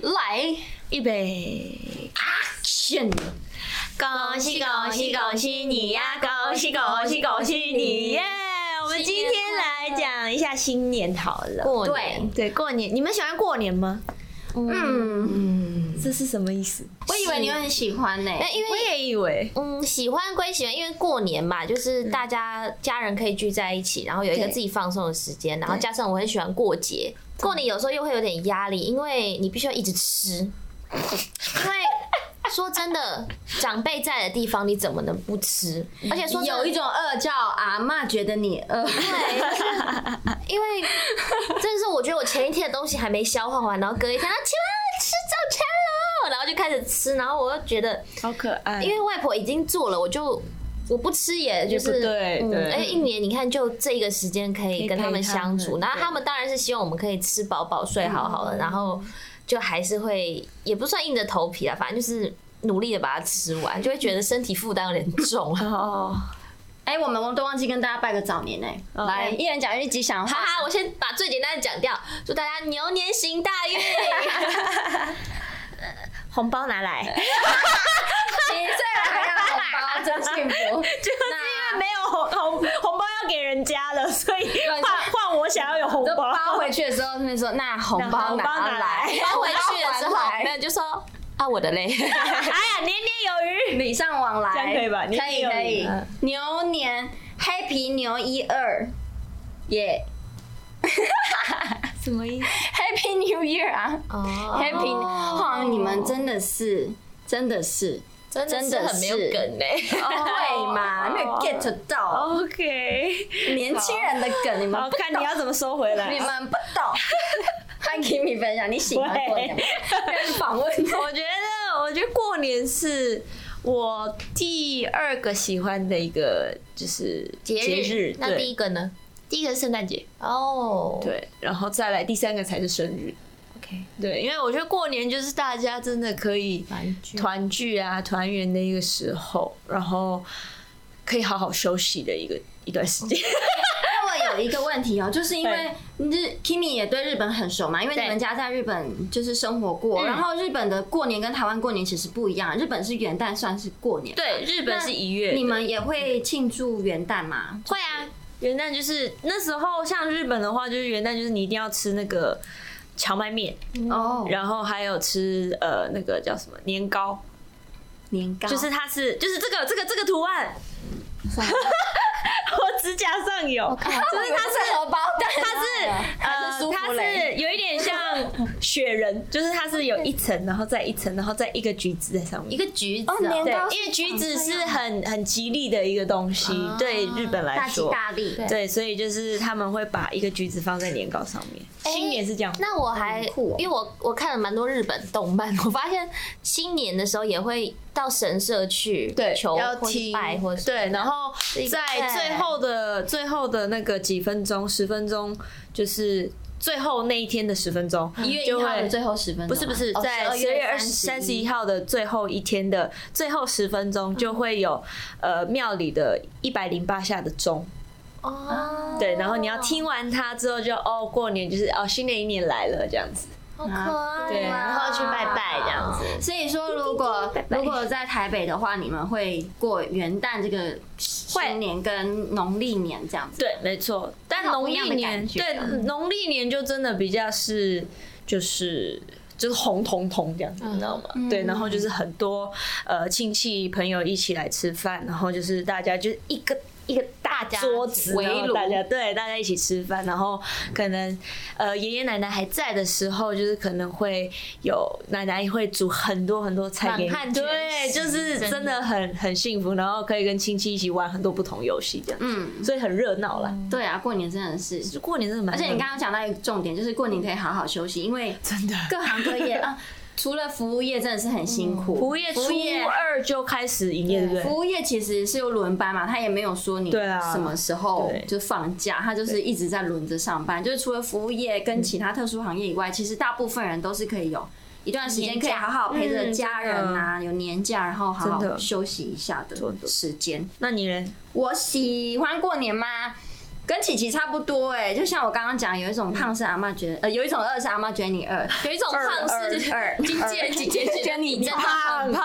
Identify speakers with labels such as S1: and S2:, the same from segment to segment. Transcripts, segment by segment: S1: 来，
S2: 预备，Action！
S1: 恭喜恭喜恭喜你呀、恭喜恭喜恭喜你
S2: 耶
S1: 呀！！
S2: 我们今天来讲一下新年好了，
S1: 过
S2: 对
S1: 年
S2: 对，过年，你们喜欢过年吗？
S1: 嗯，
S2: 这是什么意思？
S1: 我以为你会很喜欢呢、
S2: 因为我也以为，
S3: 嗯，喜欢归喜欢，因为过年嘛，就是大家家人可以聚在一起，然后有一个
S2: 对
S3: 自己放松的时间，然后
S2: 对
S3: 加上我很喜欢过节，过年有时候又会有点压力，因为你必须要一直吃，因为说真的，长辈在的地方你怎么能不吃？而且说真的
S1: 有一种饿叫阿嬷觉得你饿，
S3: 因为真的是我觉得我前一天的东西还没消化完，然后隔一天啊，起来吃早餐了，然后就开始吃，然后我又觉得。
S2: 好可爱，
S3: 因为外婆已经做了，我就我不吃也就是
S2: 也不对
S3: 嗯
S2: 对
S3: 而且一年你看就这一个时间可以跟他们相
S2: 可以
S3: 处，
S2: 陪他们。
S3: 然后他们当然是希望我们可以吃饱饱、睡好好的，然后就还是会也不算硬着头皮啦，反正就是努力的把它吃完，就会觉得身体负担有点重
S2: 哦，
S1: 哎、我们都忘记跟大家拜个早年呢、哎
S2: 哦
S1: 来，一人讲一句吉祥话
S3: 哈。哈，我先把最简单的讲掉，祝大家牛年行大运，
S2: 红包拿来，
S1: 七岁了还有红包，真幸福。
S2: 就是因为没有红红红包要给人家了，所以
S1: 对
S2: 换换我想要有红
S1: 都
S2: 包，
S1: 包回去的时候，他们说那红包拿来，
S3: 包回去的时
S1: 包
S3: 候
S1: 还来
S3: 没有就说啊我的嘞。
S2: 哎呀，年年有余，
S1: 礼尚往来，
S2: 这样可以吧
S1: 可以
S2: 年
S1: 可
S2: 年有余
S1: 以
S2: 嗯。
S1: 牛年 Happy 牛一二，耶
S2: 什么意思？
S1: ！Happy New Year 啊
S3: 哦
S1: ！Happy，哇，你们真的是，真的是，
S3: 真的
S1: 真
S3: 是
S1: 的
S3: 很没有
S1: 是
S3: 梗呢、欸 哦
S1: 对嘛？没有 get 到
S2: OK，
S1: 年轻人的梗，你们
S2: 好
S1: 不
S2: 看你要怎么收回来
S1: 你。们不 懂。和 Kimi 分享，你喜欢过年吗？被访问，
S2: 我觉得，我觉得过年是我第二个喜欢的一个就是
S3: 节
S2: 日，
S3: 日，那第一
S2: 对，
S3: 个呢？
S2: 第一个是圣诞节，
S3: 哦，
S2: 对，然后再来第三个才是生日，
S3: ，OK，
S2: 对，因为我觉得过年就是大家真的可以
S3: 玩具
S2: 团聚啊、团圆的一个时候，然后可以好好休息的一个一段时间。
S1: 那我有一个 问题哦、就是因为日 Kimi 也对日本很熟嘛，因为
S2: 对嗯
S1: 你们家在日本就是生活过，然后日本的过年跟台湾过年其实不一样，日本是元旦算是过年，，
S2: 对，日本是一月的，
S1: 你们也会庆祝元旦吗？
S3: 会啊，
S2: 元旦就是那时候，像日本的话，就是元旦就是你一定要吃那个荞麦面，
S1: 哦，
S2: 然后还有吃呃那个叫什么年糕，
S1: 年糕
S2: 就是它是就是这个这个这个图案， 我指甲上有，
S3: 哦
S2: 就是它是。
S1: 荷包
S3: 啊
S1: 蛋，
S2: 它是
S1: 它
S2: 呃，
S1: 是舒
S2: 它
S1: 芙蕾
S2: 是有一点像雪人，就是它是有一层，然后再一层，然后再一个橘子在上面。
S3: 一个橘子、啊
S1: 哦年
S2: 对
S1: 糕是，
S2: 因为橘子是很很吉利的一个东西，对日本来
S1: 大吉
S2: 说，
S1: 大利，
S2: 对，所以就是他们会把一个橘子放在年糕上面。
S3: 哎
S2: 新年是这样，
S3: 那我还、
S1: 很酷哦
S3: 因为我我看了蛮多日本动漫，我发现新年的时候也会到神社去求
S2: 要
S3: 婚
S2: 听
S3: 拜或者
S2: 对，然后
S3: 个
S2: 在最后的最后的那个几分钟，十分钟就是最后那一天的十分钟，
S1: 一月一
S2: 就
S1: 号
S2: 会
S1: 的最后十分钟吗，
S2: 不是不是，
S1: 哦
S2: 在十
S1: 12
S2: 月二十三十一号的最后一天的最后十分钟，就会有呃庙里的一百零八下的钟，
S3: 哦，
S2: 对，然后你要听完它之后就哦，过年就是哦，新的一年来了这样子，
S3: 好可爱、啊，
S2: 对，然后去拜拜这样子。
S1: 所以说，如果如果在台北的话，你们会过元旦这个新年跟农历年这样子。
S2: 对，没错。但
S1: 好不
S2: 农
S1: 一样
S2: 历
S1: 的
S2: 年，
S1: 感觉啊
S2: 对农历年就真的比较是，就是就是红彤彤这样
S3: 嗯
S2: 子，你知道吗？对，然后就是很多呃亲戚朋友一起来吃饭，然后就是大家就是一个。一个大
S3: 家
S2: 桌子，
S1: 围
S2: 然后
S1: 炉
S2: 大家对大家一起吃饭，然后可能呃爷爷奶奶还在的时候，就是可能会有奶奶会煮很多很多菜给你
S3: 满汉，全
S2: 对，
S3: 席
S2: 就是
S3: 真的
S2: 真的很很幸福，然后可以跟亲戚一起玩很多不同游戏这样子。
S1: 嗯，
S2: 所以很热闹啦。
S1: 对啊，过年真的是，
S2: 就过年真的蛮
S1: 而
S2: 热
S1: 且
S2: 闹，
S1: 你刚刚讲到一个重点，就是过年可以好好休息，因为
S2: 嗯真的
S1: 各行 各业啊，除了服务业真的是很辛苦，
S2: 服务业初
S1: 服务业。
S2: 二就开始营业，对不对？
S1: 服务业其实是有轮班嘛，他也没有说你
S2: 对啊
S1: 什么时候
S2: 对
S1: 就放假，他就是一直在轮着上班。就是除了服务业跟其他特殊行业以
S2: 嗯
S1: 外，其实大部分人都是可以有一段时间可以好好陪着家人啊，有年假，然后好
S2: 嗯真
S1: 好
S2: 的
S1: 休息一下的时间。
S2: 那你呢？
S1: 我喜欢过年吗？跟琪琪差不多哎、就像我刚刚讲，有一种胖是阿妈觉得，呃，有一种饿是阿妈觉得你饿，
S3: 有一种胖是
S1: 二
S3: 经纪 人、经纪人觉得你真的很胖，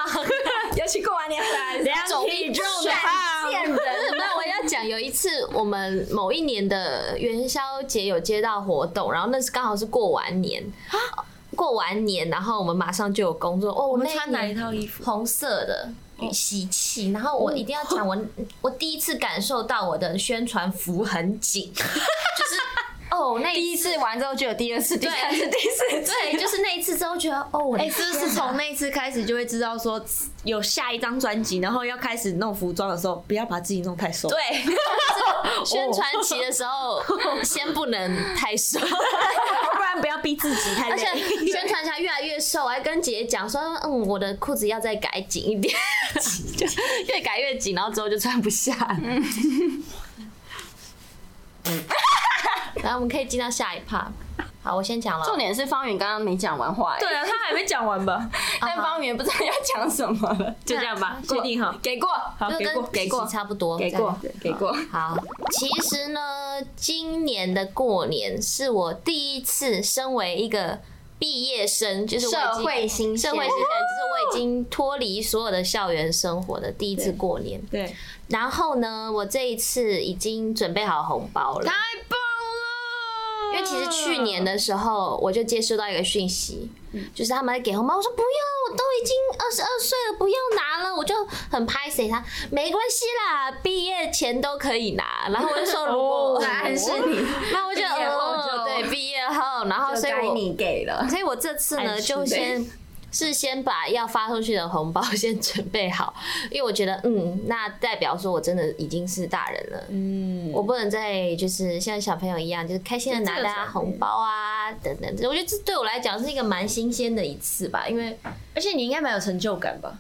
S1: 尤其过完年回来 的时候，
S3: 肿
S2: 体重的
S1: 闪
S2: 胖，
S1: 见人，
S3: 那我要讲，有一次我们某一年的元宵节有接到活动，然后那是刚好是过完年呃过完年，然后我们马上就有工作。哦，
S2: 啊我
S3: 我
S2: 们
S3: 那
S2: 穿哪一
S3: 年
S2: 套衣服？哦
S3: 红色的。喜气，然后我一定要讲，我我第一次感受到我的宣传服很紧， 就是哦那
S1: 第
S3: 一
S1: 一次玩之后就有第二次、第
S3: 对
S1: 三次、第四次，
S3: 对，就是那一次之后觉得哦，我的
S2: 哎、是不是从那一次开始就会知道说 有下一张专辑，然后要开始弄服装的时候，不要把自己弄太瘦。对， 哦
S3: 对，宣传期的时候先不能太 瘦，
S2: 不然不要逼自己太
S3: 而 且
S2: 累。
S3: 宣传下越来越瘦，我还跟姐姐讲说，嗯，我的裤子要再改紧一点， 就越改越紧，然后之后就穿不下了。
S1: 嗯
S3: 然后我们可以进到下一趴。好，我先讲了。
S1: 重点是方云刚刚没讲完话、欸，
S2: 对啊，他 还没讲 完吧？
S1: 但方云不知道要讲什么了， 就这样吧，
S2: 确定哈？
S1: 给过，
S2: 好，
S3: 就
S2: 给过，
S3: 跟
S2: 给过
S3: 琪琪。差不多，
S1: 给
S3: 这样
S1: 过，给过。
S3: 好，其实呢，今年的过年是我第一次身为一个毕业生，就是我已经
S1: 社会新鲜
S3: 社会新鲜人，就是我已经脱离所有的校园生活的第一次过年。
S2: 对，
S3: 然后呢，我这一次已经准备好红包了，
S2: 棒了
S3: 因为其实去年的时候我就接收到一个讯息，就是他们在给红包，我说不要，我都已经二十二岁了，不要拿了，我就很拍谁他没关系啦，毕业前都可以拿。然后我就 说如果
S1: 答案是你，
S3: 那我就
S1: 哦毕业后就
S3: 哦对毕业后，然后
S1: 就
S3: 所以
S1: 该
S3: 我
S1: 你给了。
S3: 所以我这次呢，
S2: 暗示
S3: 就先是先把要发出去的红包先准备好，因为我觉得，嗯，那代表说我真的已经是大人了，
S2: 嗯，
S3: 我不能再就是像小朋友一样，就是开心的拿大家红包啊等等。我觉得这对我来讲是一个蛮新鲜的一次吧，因为，
S2: 而且你应该蛮有成就感吧？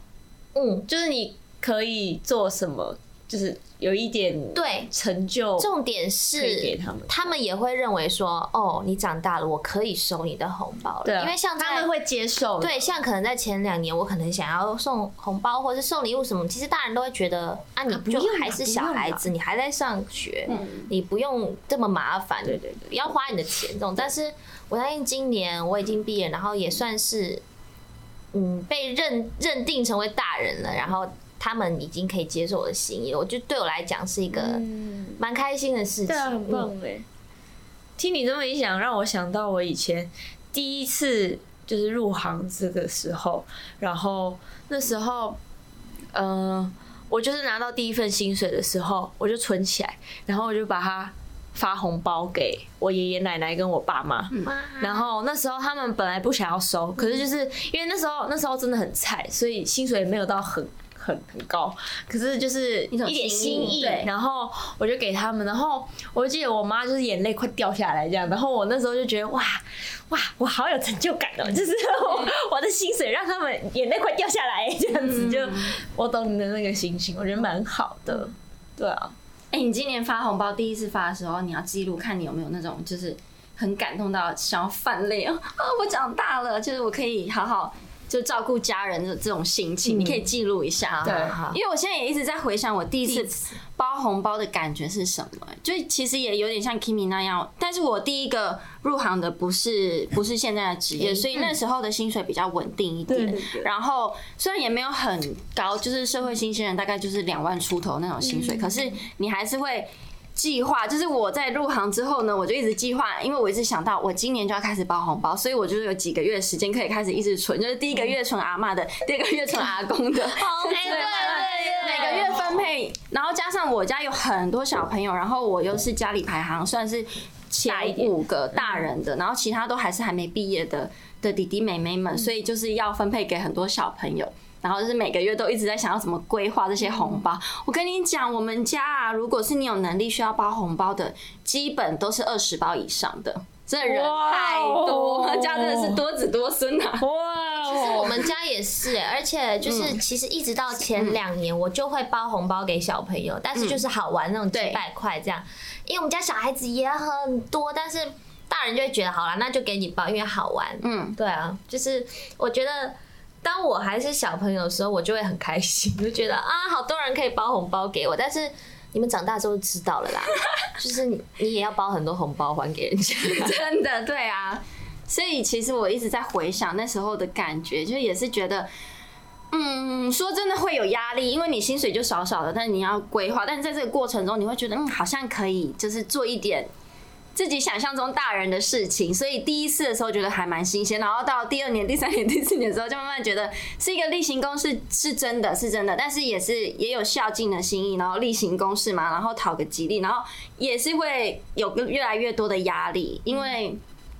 S3: 嗯，
S2: 就是你可以做什么，就是有一点
S3: 对，
S2: 成就
S3: 重点
S2: 可以给
S3: 是。
S2: 他们。
S3: 他们也会认为说，哦，你长大了，我可以收你的红包了，
S2: 对啊，
S3: 因为像在
S2: 他们会接受，，
S3: 对，像可能在前两年，我可能想要送红包或是送礼物什么，其实大人都会觉得啊，你
S2: 不
S3: 就
S2: 用啦
S3: 还是
S2: 不
S3: 小
S2: 用
S3: 孩
S2: 啦
S3: 子，你还在上学，
S1: 嗯
S3: 你不用这么麻烦，
S2: 对对对
S3: 不要花你的钱这种。但是我相信今年我已经毕业，然后也算是嗯被认认定成为大人了，然后他们已经可以接受我的心意了，我觉得对我来讲是一个
S2: 嗯，
S3: 蛮开心的事情，
S2: 对啊，很
S3: 嗯
S2: 棒哎。听你这么一讲，让我想到我以前第一次就是入行这个时候，然后那时候，呃，我就是拿到第一份薪水的时候，我就存起来，然后我就把它发红包给我爷爷奶奶跟我爸妈。
S3: 哇
S2: 然后那时候他们本来不想要收，可是就是因为那时候那时候真的很菜，所以薪水也没有到很很很高，可是就是
S1: 种
S2: 一点
S1: 心意
S2: 心意
S1: 对。
S2: 然后我就给他们，然后我记得我妈就是眼泪快掉下来这样，然后我那时候就觉得哇哇，我好有成就感哦，就是我我的薪水让他们眼泪快掉下来这样子，就我懂你的那个心情，我觉得蛮好的，对啊。
S1: 哎，你今年发红包第一次发的时候，你要记录，看你有没有那种就是很感动到想要泛泪啊！啊我长大了，就是我可以好好就照顾家人的这种心情，你可以记录一下。啊
S3: 对
S1: 因为我现在也一直在回想我第一
S2: 第一
S1: 次包红包的感觉是什么、就其实也有点像 Kimi 那样，但是我第一个入行的不是不是现在的职业，所以那时候的薪水比较稳定一点
S2: 对对。对
S1: 然后虽然也没有很高，就是社会新鲜人大概就是两万出头那种薪
S2: 嗯
S1: 水，可是你还是会。计划就是我在入行之后呢，我就一直计划，因为我一直想到我今年就要开始包红包，所以我就是有几个月时间可以开始一直存，就是第一个月存阿嬷的，第二个月存阿公的，
S3: 哦对对
S1: 每
S3: 对
S1: 个月分配，然后加上我家有很多小朋友，然后我又是家里排行算是前五个大人的，然后其他都还是还没毕业的的弟弟妹妹
S2: 嗯
S1: 们，所以就是要分配给很多小朋友。然后就是每个月都一直在想要怎么规划这些红包。
S2: 嗯
S1: 我跟你讲，我们家啊，如果是你有能力需要包红包的，基本都是二十包以上的，真的人太多
S2: 哇哦，
S1: 家真的是多子多孙啊。
S2: 哇
S3: 其实我
S2: 哦！
S3: 们家也是、欸，而且
S1: 嗯
S3: 就是其实一直到前两年，我就会包红包给小朋友，但是就是好玩那种几
S1: 对
S3: 百块这样，因为我们家小孩子也很多，但是大人就会觉得好啦，那就给你包，因为好玩。
S1: 嗯，
S3: 对啊，就是我觉得。当我还是小朋友的时候，我就会很开心，就觉得啊，好多人可以包红包给我。但是你们长大之后就知道了啦， 就是你你也要包很多红包还给人家。
S1: 真的，对啊。所以其实我一直在回想那时候的感觉，就是也是觉得，嗯，说真的会有压力，因为你薪水就少少的，但是你要规划。但是在这个过程中，你会觉得，嗯，好像可以，就是做一点自己想象中大人的事情。所以第一次的时候觉得还蛮新鲜，然后到第二年、第三年、第四年的时候，就慢慢觉得是一个例行公事，是真的是真的，但是也是也有孝敬的心意，然后例行公事嘛，然后讨个吉利，然后也是会有越来越多的压力，因为。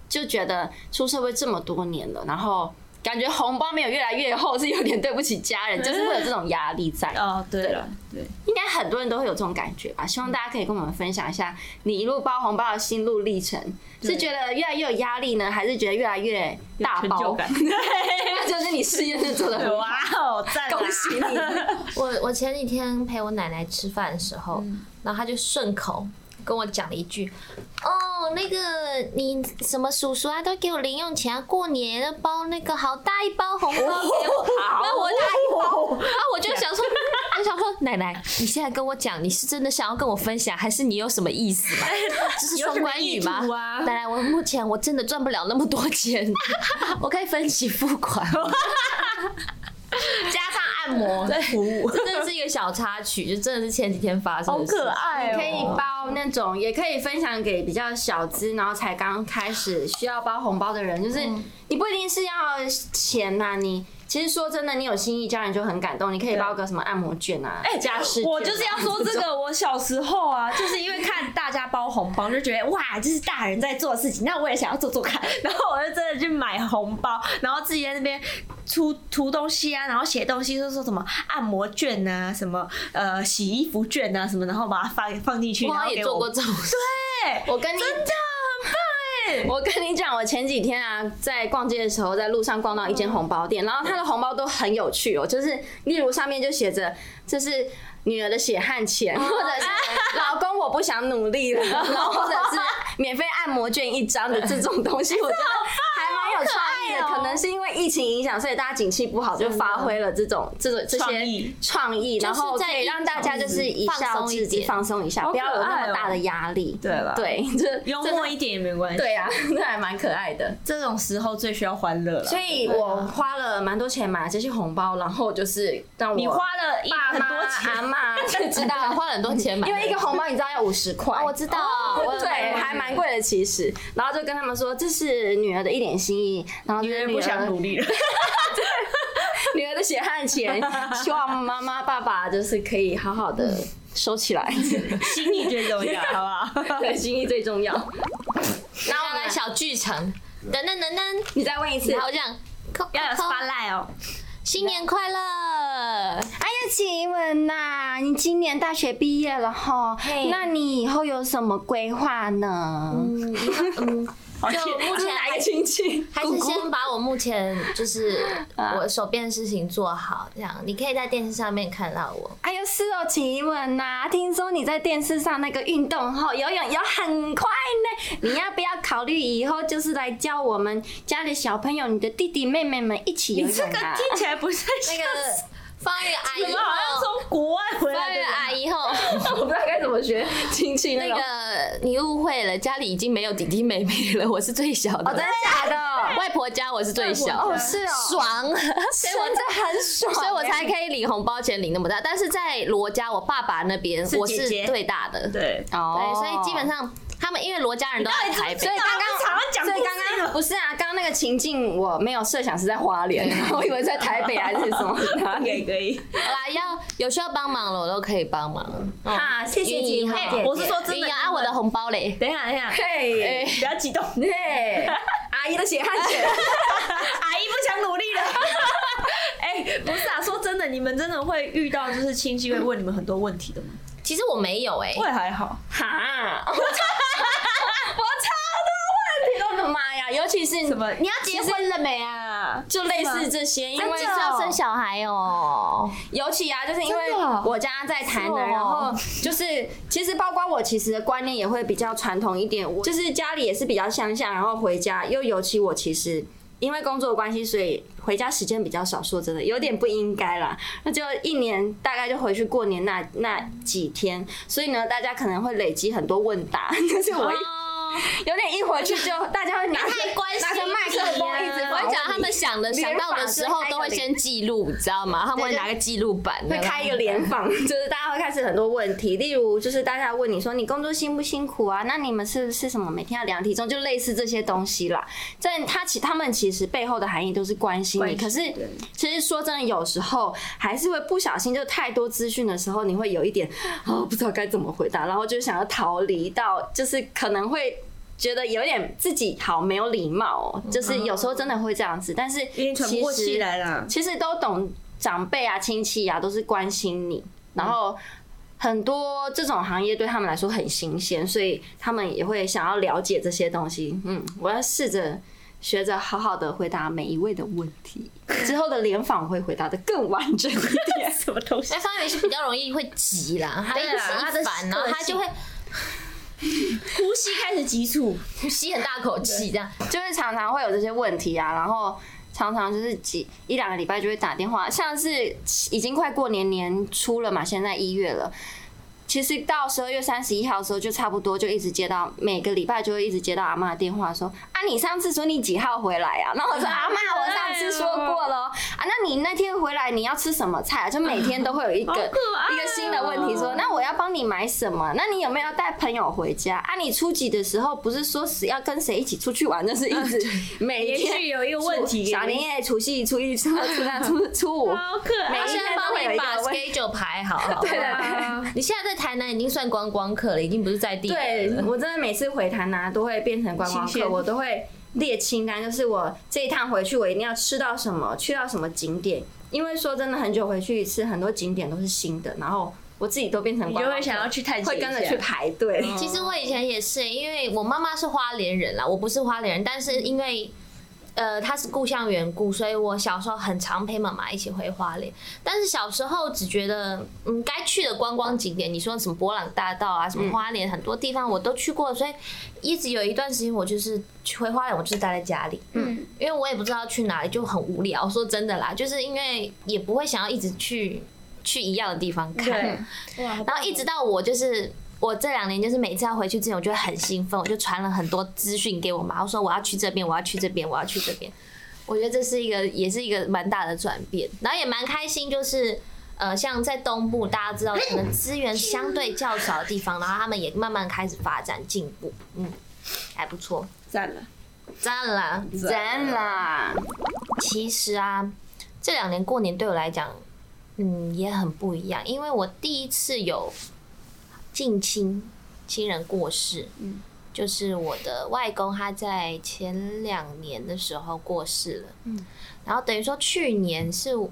S1: 就觉得出社会这么多年了，然后感觉红包没有越来越厚，是有点对不起家人，就是会有这种压力在。
S2: 哦，对了，对，
S1: 应该很多人都会有这种感觉吧？希望大家可以跟我们分享一下你一路包红包的心路历程，是觉得越来越有压力呢，还是觉得越来越大
S2: 有成就
S1: 包？
S2: 感
S1: 对，那就是你事业是做的很
S2: 哇
S1: 哇，
S2: 哦，赞啦！
S1: 恭喜你！
S3: 我我前几天陪我奶奶吃饭的时候，
S2: 嗯
S3: 然后她就顺口跟我讲了一句：“哦，那个你什么叔叔啊，都给我零用钱啊，过年要包那个好大一包红包给我。”
S2: 啊
S3: 那我大一包，啊，我就想说， 我想说，奶奶，你现在跟我讲，你是真的想要跟我分享，还是你有什么意思吗？这是双关语
S2: 哎有什么意图
S3: 吗
S2: 啊？
S3: 奶奶，我目前我真的赚不了那么多钱， 我可以分期付 款。加上按摩，
S2: 在服务，
S3: 这 真的是一个小插曲，就真的是前几天发生
S2: 好
S3: 的事。
S2: 可爱哦！
S1: 可以包那种，也可以分享给比较小资，然后才刚开始需要包红包的人，就是你不一定是要钱呐、你其实说真的，你有心意，家人就很感动。你可以包个什么按摩券啊，哎，家事券啊，
S2: 我就是要说这个，我小时候啊，就是因为看大家包红包，就觉得哇，这是大人在做的事情，那我也想要做做看。然后我就真的去买红包，然后自己在那边涂涂东西啊，然后写东西，就说什么按摩券啊，什么呃洗衣服券啊，什么，然后把它放放进去。
S3: 我
S2: 然
S3: 好像
S2: 后给
S3: 也做过这种事，
S2: 对，
S1: 我跟你真的很棒哎！我跟你讲，我前几天啊，在逛街的时候，在路上逛到一间红包店，然后它的红包都很有趣哦，就是例如上面就写着这是。女儿的血汗钱，或者是老公我不想努力了，然后或者是免费按摩券一张的这种东西，我觉得还蛮有创意的。可能是因为疫情影响，所以大家景气不好，就发挥了这种这种这
S2: 创
S1: 些
S2: 意
S1: 创意，然后可以让大家就是一笑
S3: 放松一
S1: 置之，
S3: 点
S1: 放松一下，
S2: 好
S1: 不
S2: 可
S1: 要有那
S2: 爱
S1: 么
S2: 哦
S1: 大的压力。
S2: 对啦
S1: 对， 这
S2: 幽默一点也没关系。
S1: 真的，对啊， 那还蛮可爱的。
S2: 这种时候最需要欢乐了。
S1: 所以我花了蛮多钱买了这些红包，然后就是让我
S2: 你花了一
S1: 爸
S2: 很
S1: 妈、
S2: 多
S1: 阿
S2: 钱，
S1: 妈 就知道
S3: 花了很多钱买，
S1: 因为一个红包哦你知道要五十块，
S3: 我知道，我有
S1: 对，
S3: 买过
S1: 还蛮贵的其实。然后就跟他们说这是女儿的一点心意，然后就
S2: 因
S1: 是
S2: 为
S1: 女
S2: 不
S1: 儿
S2: 想努力了。
S1: 女儿的血汗 钱，希望妈妈爸爸就是可以好好的收起 来，
S2: 心意最重要，好不 好？
S1: 对，心意最重要。然后
S3: 然后来小剧场，噔噔噔噔，
S1: 你再问一次，
S3: 然后这样，扣
S2: 要有
S3: 扣扣
S2: spotlight 哦。
S3: 新年快乐！
S1: 哎呀，晴雯呐，你今年大学毕业了哈，那你以后有什么规划呢？
S3: 嗯，嗯， 就目前
S1: 哪个亲戚？
S3: 还是先把我目前 就是
S1: 啊
S3: 我手边的事情做好，这样你可以在电视上面看到我。
S1: 哎呦，是哦，晴雯呐，听说你在电视上那个运动后游泳游很快呢，你要不要考虑以后就是来教我们家的小朋友，你的弟弟妹妹们一起游
S2: 你这
S1: 泳
S2: 个
S1: 啊？
S2: 听起来不 是
S3: 那 个方宇阿
S2: 怎
S3: 姨
S2: 么好像
S3: 后，
S2: 从国外回
S3: 方
S2: 来
S3: 宇
S2: 的
S3: 阿姨后。
S1: 我不知道该怎么学亲戚
S3: 那
S1: 种。
S3: 个你误会了，家里已经没有弟弟妹妹了，我是最小的。
S1: 哦，真的假 的？
S3: 外婆家我是最小
S1: 哦，
S3: 的，
S1: 是哦，
S3: 爽，所以我
S1: 真的很 爽，哎
S3: 所以我才可以领红包钱领那么大。但是在罗家我爸爸那边，
S2: 是
S3: 我
S2: 姐
S3: 是
S2: 姐
S3: 最大的，对，
S2: 对，
S1: 哦，
S3: 所以基本上他们因为罗家人都在台北
S1: 所以，刚刚
S2: 常常讲
S1: 所以
S2: 故
S1: 刚
S2: 事
S1: 刚不是啊，刚刚那个情境我没有设想是在花 莲，我以为在台北还是什么哪
S2: 可以
S1: 里。
S2: 可以。
S3: 好啦，啊要有需要帮忙了我都可以帮忙。嗯
S1: 啊，谢谢
S3: 云
S1: 景
S3: 姨
S1: 文
S3: 好
S1: 姐姐，
S2: 我是说真
S3: 云
S2: 的，
S3: 姨啊，我的红包嘞，
S2: 等一下等一下，
S1: 嘿，
S2: 不要激 动，阿
S1: 嘿，阿姨的血汗钱，
S2: 姨不想努力了。 哎，不是啊，说真的，你们真的会遇到就是亲戚会问你们很多问题的吗？
S3: 其实我没有哎，
S2: 会还好，
S1: 哈，我超我超多问题，我的妈呀！尤其是
S2: 什么你
S1: 要结婚了没啊？哦就类似这些，因为
S3: 是要生小孩哦。
S1: 尤其啊，就是因为
S2: 真的哦
S1: 我家在台南，
S3: 是哦
S1: 然后就是其实包括我，其实的观念也会比较传统一点，我就是家里也是比较乡下，然后回家又尤其我其实。因为工作的关系，所以回家时间比较少。说真的，有点不应该啦。那就一年大概就回去过年那那几天，所以呢，大家可能会累积很多问答， 就是
S3: 哦
S1: 我一。有点一回去就大家会拿着
S3: 太关心
S1: 拿着麦克风一直
S3: 我
S1: 访
S3: 跟
S1: 问
S3: 你讲，他们
S1: 你
S3: 想的想到的时候都会先记录，你知道吗？他们会拿个记录板，
S1: 会开一个联访， 就是大家会开始很多问题，例如就是大家问你说你工作辛不辛苦啊？那你们是是什么每天要量体重，就类似这些东西啦。在他其他们其实背后的含义都是关心你，可是其实说真的，有时候还是会不小心就太多资讯的时候，你会有一点哦不知道该怎么回答，然后就想要逃离到就是可能会。觉得有点自己好没有礼貌、哦，就是有时候真的会这样子，但是
S2: 有点喘不过气来啦。
S1: 其实都懂长辈啊、亲戚啊，都是关心你。然后很多这种行业对他们来说很新鲜，所以他们也会想要了解这些东西。嗯，我要试着学着好好的回答每一位的问题，之后的联访会回答的更完整一 点。
S2: 什么东西
S3: 哎，？方圆是比较容易会急啦，他一
S2: 对啊
S3: 急烦，然后他就会
S2: 呼吸开始急促，
S3: 吸很大口气，这样
S1: 就是常常会有这些问题啊，然后常常就是几一两个礼拜就会打电话，像是已经快过年年初了嘛，现在一月了。其实到十二月三十一号的时候，就差不多就一直接到每个礼拜就会一直接到阿妈的电话说啊，你上次说你几号回来啊？然后我说阿妈，我上次说过了哦啊，那你那天回来你要吃什么菜啊？就每天都会有一个
S2: 好可爱哦
S1: 一个新的问题说，那我要帮你买什么？那你有没有要带朋友回家啊？你初几的时候不是说是要跟谁一起出去玩？那是一直每
S2: 连续
S1: 天
S2: 有一个问 题给你，
S1: 小年夜、除夕、初一、初二、初三、初初五，
S2: 好可啊
S1: 每
S3: 他
S1: 一
S3: 现
S1: 天
S3: 在
S1: 都
S3: 帮
S1: 会有一
S3: 你把
S1: 个问
S3: schedule 排好，好不好
S1: 对啊对对。
S3: 你现在在台南已经算观光客了，已经不是在地人
S1: 对
S3: 了。
S1: 我真的每次回台南、都会变成观光
S2: 新
S1: 客，
S2: 鲜
S1: 我都会列清单，就是我这一趟回去我一定要吃到什么，去到什么景点。因为说真的，很久回去一次，很多景点都是新的，然后我自己都变 成
S2: 你
S1: 观
S2: 就
S1: 光
S2: 会
S1: 客
S2: 想要去探险
S1: 会
S2: 一下，
S1: 跟着去排队。
S3: 其实我以前也是，因为我妈妈是花莲人啦，我不是花莲人，但是因为。呃，她是故乡缘故，所以我小时候很常陪妈妈一起回花莲。但是小时候只觉得，嗯，该去的观光景点，你说什么博朗大道啊，什么花莲，很多地方我都去过，所以一直有一段时间我就是去回花莲，我就是待在家里，嗯，因为我也不知道去哪里，就很无聊。说真的啦，就是因为也不会想要一直去去一样的地方看，
S2: 对，然
S3: 然后一直到我就是我这两年就是每次要回去之前，我就会很兴奋，我就传了很多资讯给我妈，我说我要去这边，我要去这边，我要去这边。我觉得这是一个也是一个蛮大的转变，然后也蛮开心，就是。呃，像在东部，大家知道可能资源相对较少的地方，然后他们也慢慢开始发展进步，嗯，还不错，
S2: 赞了，
S3: 赞啦！
S1: 真啦，
S3: 其实啊，这两年过年对我来讲，嗯，也很不一样，因为我第一次有近亲亲人过世，嗯，就是我的外公，他在前两年的时候过世了，嗯，然后等于说去年是我，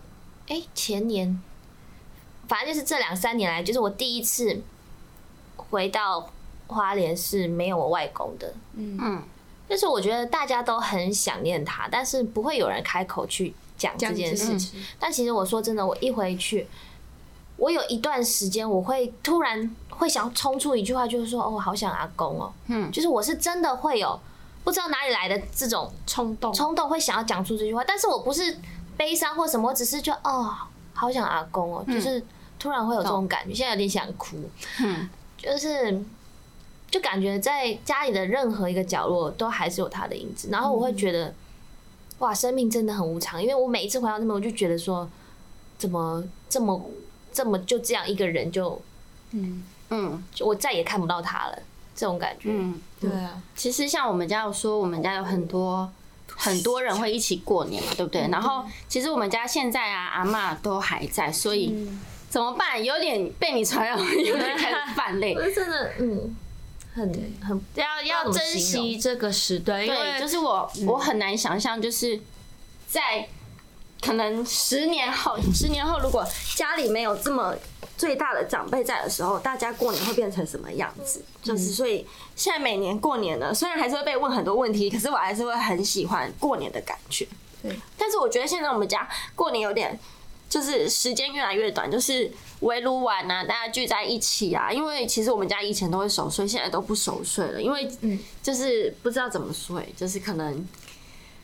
S3: 哎、前年，反正就是这两三年来，就是我第一次回到花莲是没有我外公的，
S1: 嗯，
S3: 就是我觉得大家都很想念他，但是不会有人开口去讲这件事情。但其实我说真的，我一回去，我有一段时间我会突然会想冲出一句话，就是说：“哦，我好想阿公哦。”嗯，就是我是真的会有不知道哪里来的这种
S2: 冲动，
S3: 冲动，会想要讲出这句话。但是我不是悲伤或什么，我只是就哦，好想阿公
S2: 嗯
S3: 哦，就是突然会有这种感觉，现在有点想哭。
S1: 嗯，
S3: 就是就感觉在家里的任何一个角落都还是有他的影子，然后我会觉得，哇，生命真的很无常，因为我每一次回到那边，我就觉得说，怎么这么这么就这样一个人就
S1: 嗯
S3: 就我再也看不到他了，这种感觉。
S1: 嗯。
S2: 对啊，
S1: 其实像我们家有说，我们家有很多很多人会一起过年嘛，对不对？
S2: 嗯
S1: 然后其实我们家现在啊，阿嬷都还在，所以
S2: 嗯
S1: 怎么办？有点被你传染，有点开始犯累
S3: 我。是真的，嗯，很很
S2: 要
S3: 要
S2: 要珍
S3: 珍惜
S2: 惜这个时段，因为嗯
S1: 对，就是我，我很难想象，就是在可能十年后，十年后如果家里没有这么最大的长辈在的时候，大家过年会变成什么样子？就是所以现在每年过年呢，虽然还是会被问很多问题，可是我还是会很喜欢过年的感觉。
S2: 对，
S1: 但是我觉得现在我们家过年有点。就是时间越来越短，就是围炉玩啊，大家聚在一起啊。因为其实我们家以前都会守岁，现在都不守岁了，因为就是不知道怎么睡，就是可能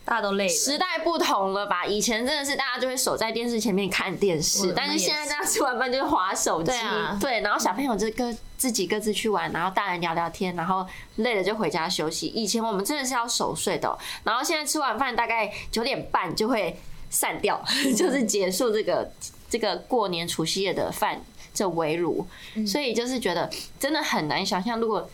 S2: 大家都累了。
S1: 时代不同了吧？以前真的是大家就会守在电视前面看电视，但是现在大家吃完饭就是划手机，
S3: 对啊
S1: 对，然后小朋友就各自己各自去玩，然后大人聊聊天，然后累了就回家休息。以前我们真的是要守岁的哦、然后现在吃完饭大概九点半就会散掉， 就是结束这个这个过年除夕夜的饭这围炉，所以就是觉得真的很难想象，如果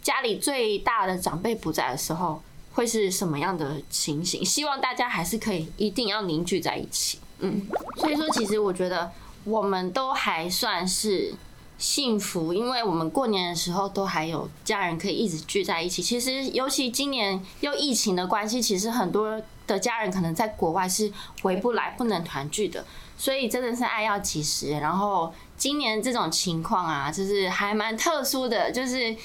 S1: 家里最大的长辈不在的时候，会是什么样的情形？希望大家还是可以一定要凝聚在一起。嗯，所以说其实我觉得我们都还算是幸福，因为我们过年的时候都还有家人可以一直聚在一起。其实尤其今年又疫情的关系，其实很多的家人可能在国外是回不来、不能团聚的，所以真的是爱要及时。然后今年这种情况啊，就是还蛮特殊的，就是。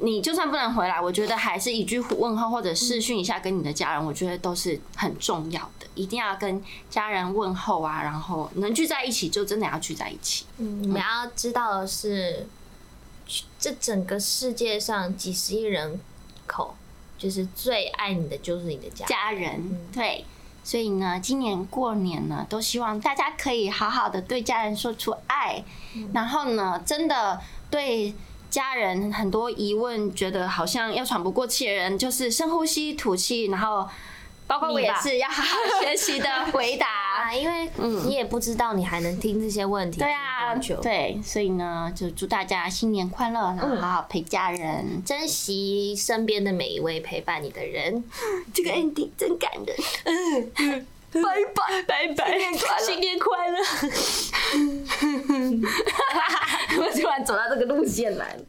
S1: 你就算不能回来，我觉得还是一句问候或者视讯一下跟你的家人，我觉得都是很重要的，一定要跟家人问候啊，然后能聚在一起就真的要聚在一起。
S3: 你嗯们要知道的是，这整个世界上几十亿人口，就是最爱你的就是你的家。
S1: 家
S2: 嗯
S1: 人对，所以呢，今年过年呢，都希望大家可以好好的对家人说出爱，
S2: 嗯
S1: 然后呢，真的对。家人很多疑问，觉得好像要喘不过气的人，就是深呼吸、吐气，然后包括我
S2: 你
S1: 也
S2: 吧
S1: 是要好好学习 的回答。嗯
S3: 啊，因为你也不知道你还能听这些问题
S1: 对
S3: 听
S1: 啊
S3: 多久，
S1: 对，所以呢，就祝大家新年快乐，然后好好陪家人。
S3: 珍惜身边的每一位陪伴你的人。
S1: 这个 ending 真感人。
S2: 拜拜，新年快乐。
S1: 我突然走到这个路线来了。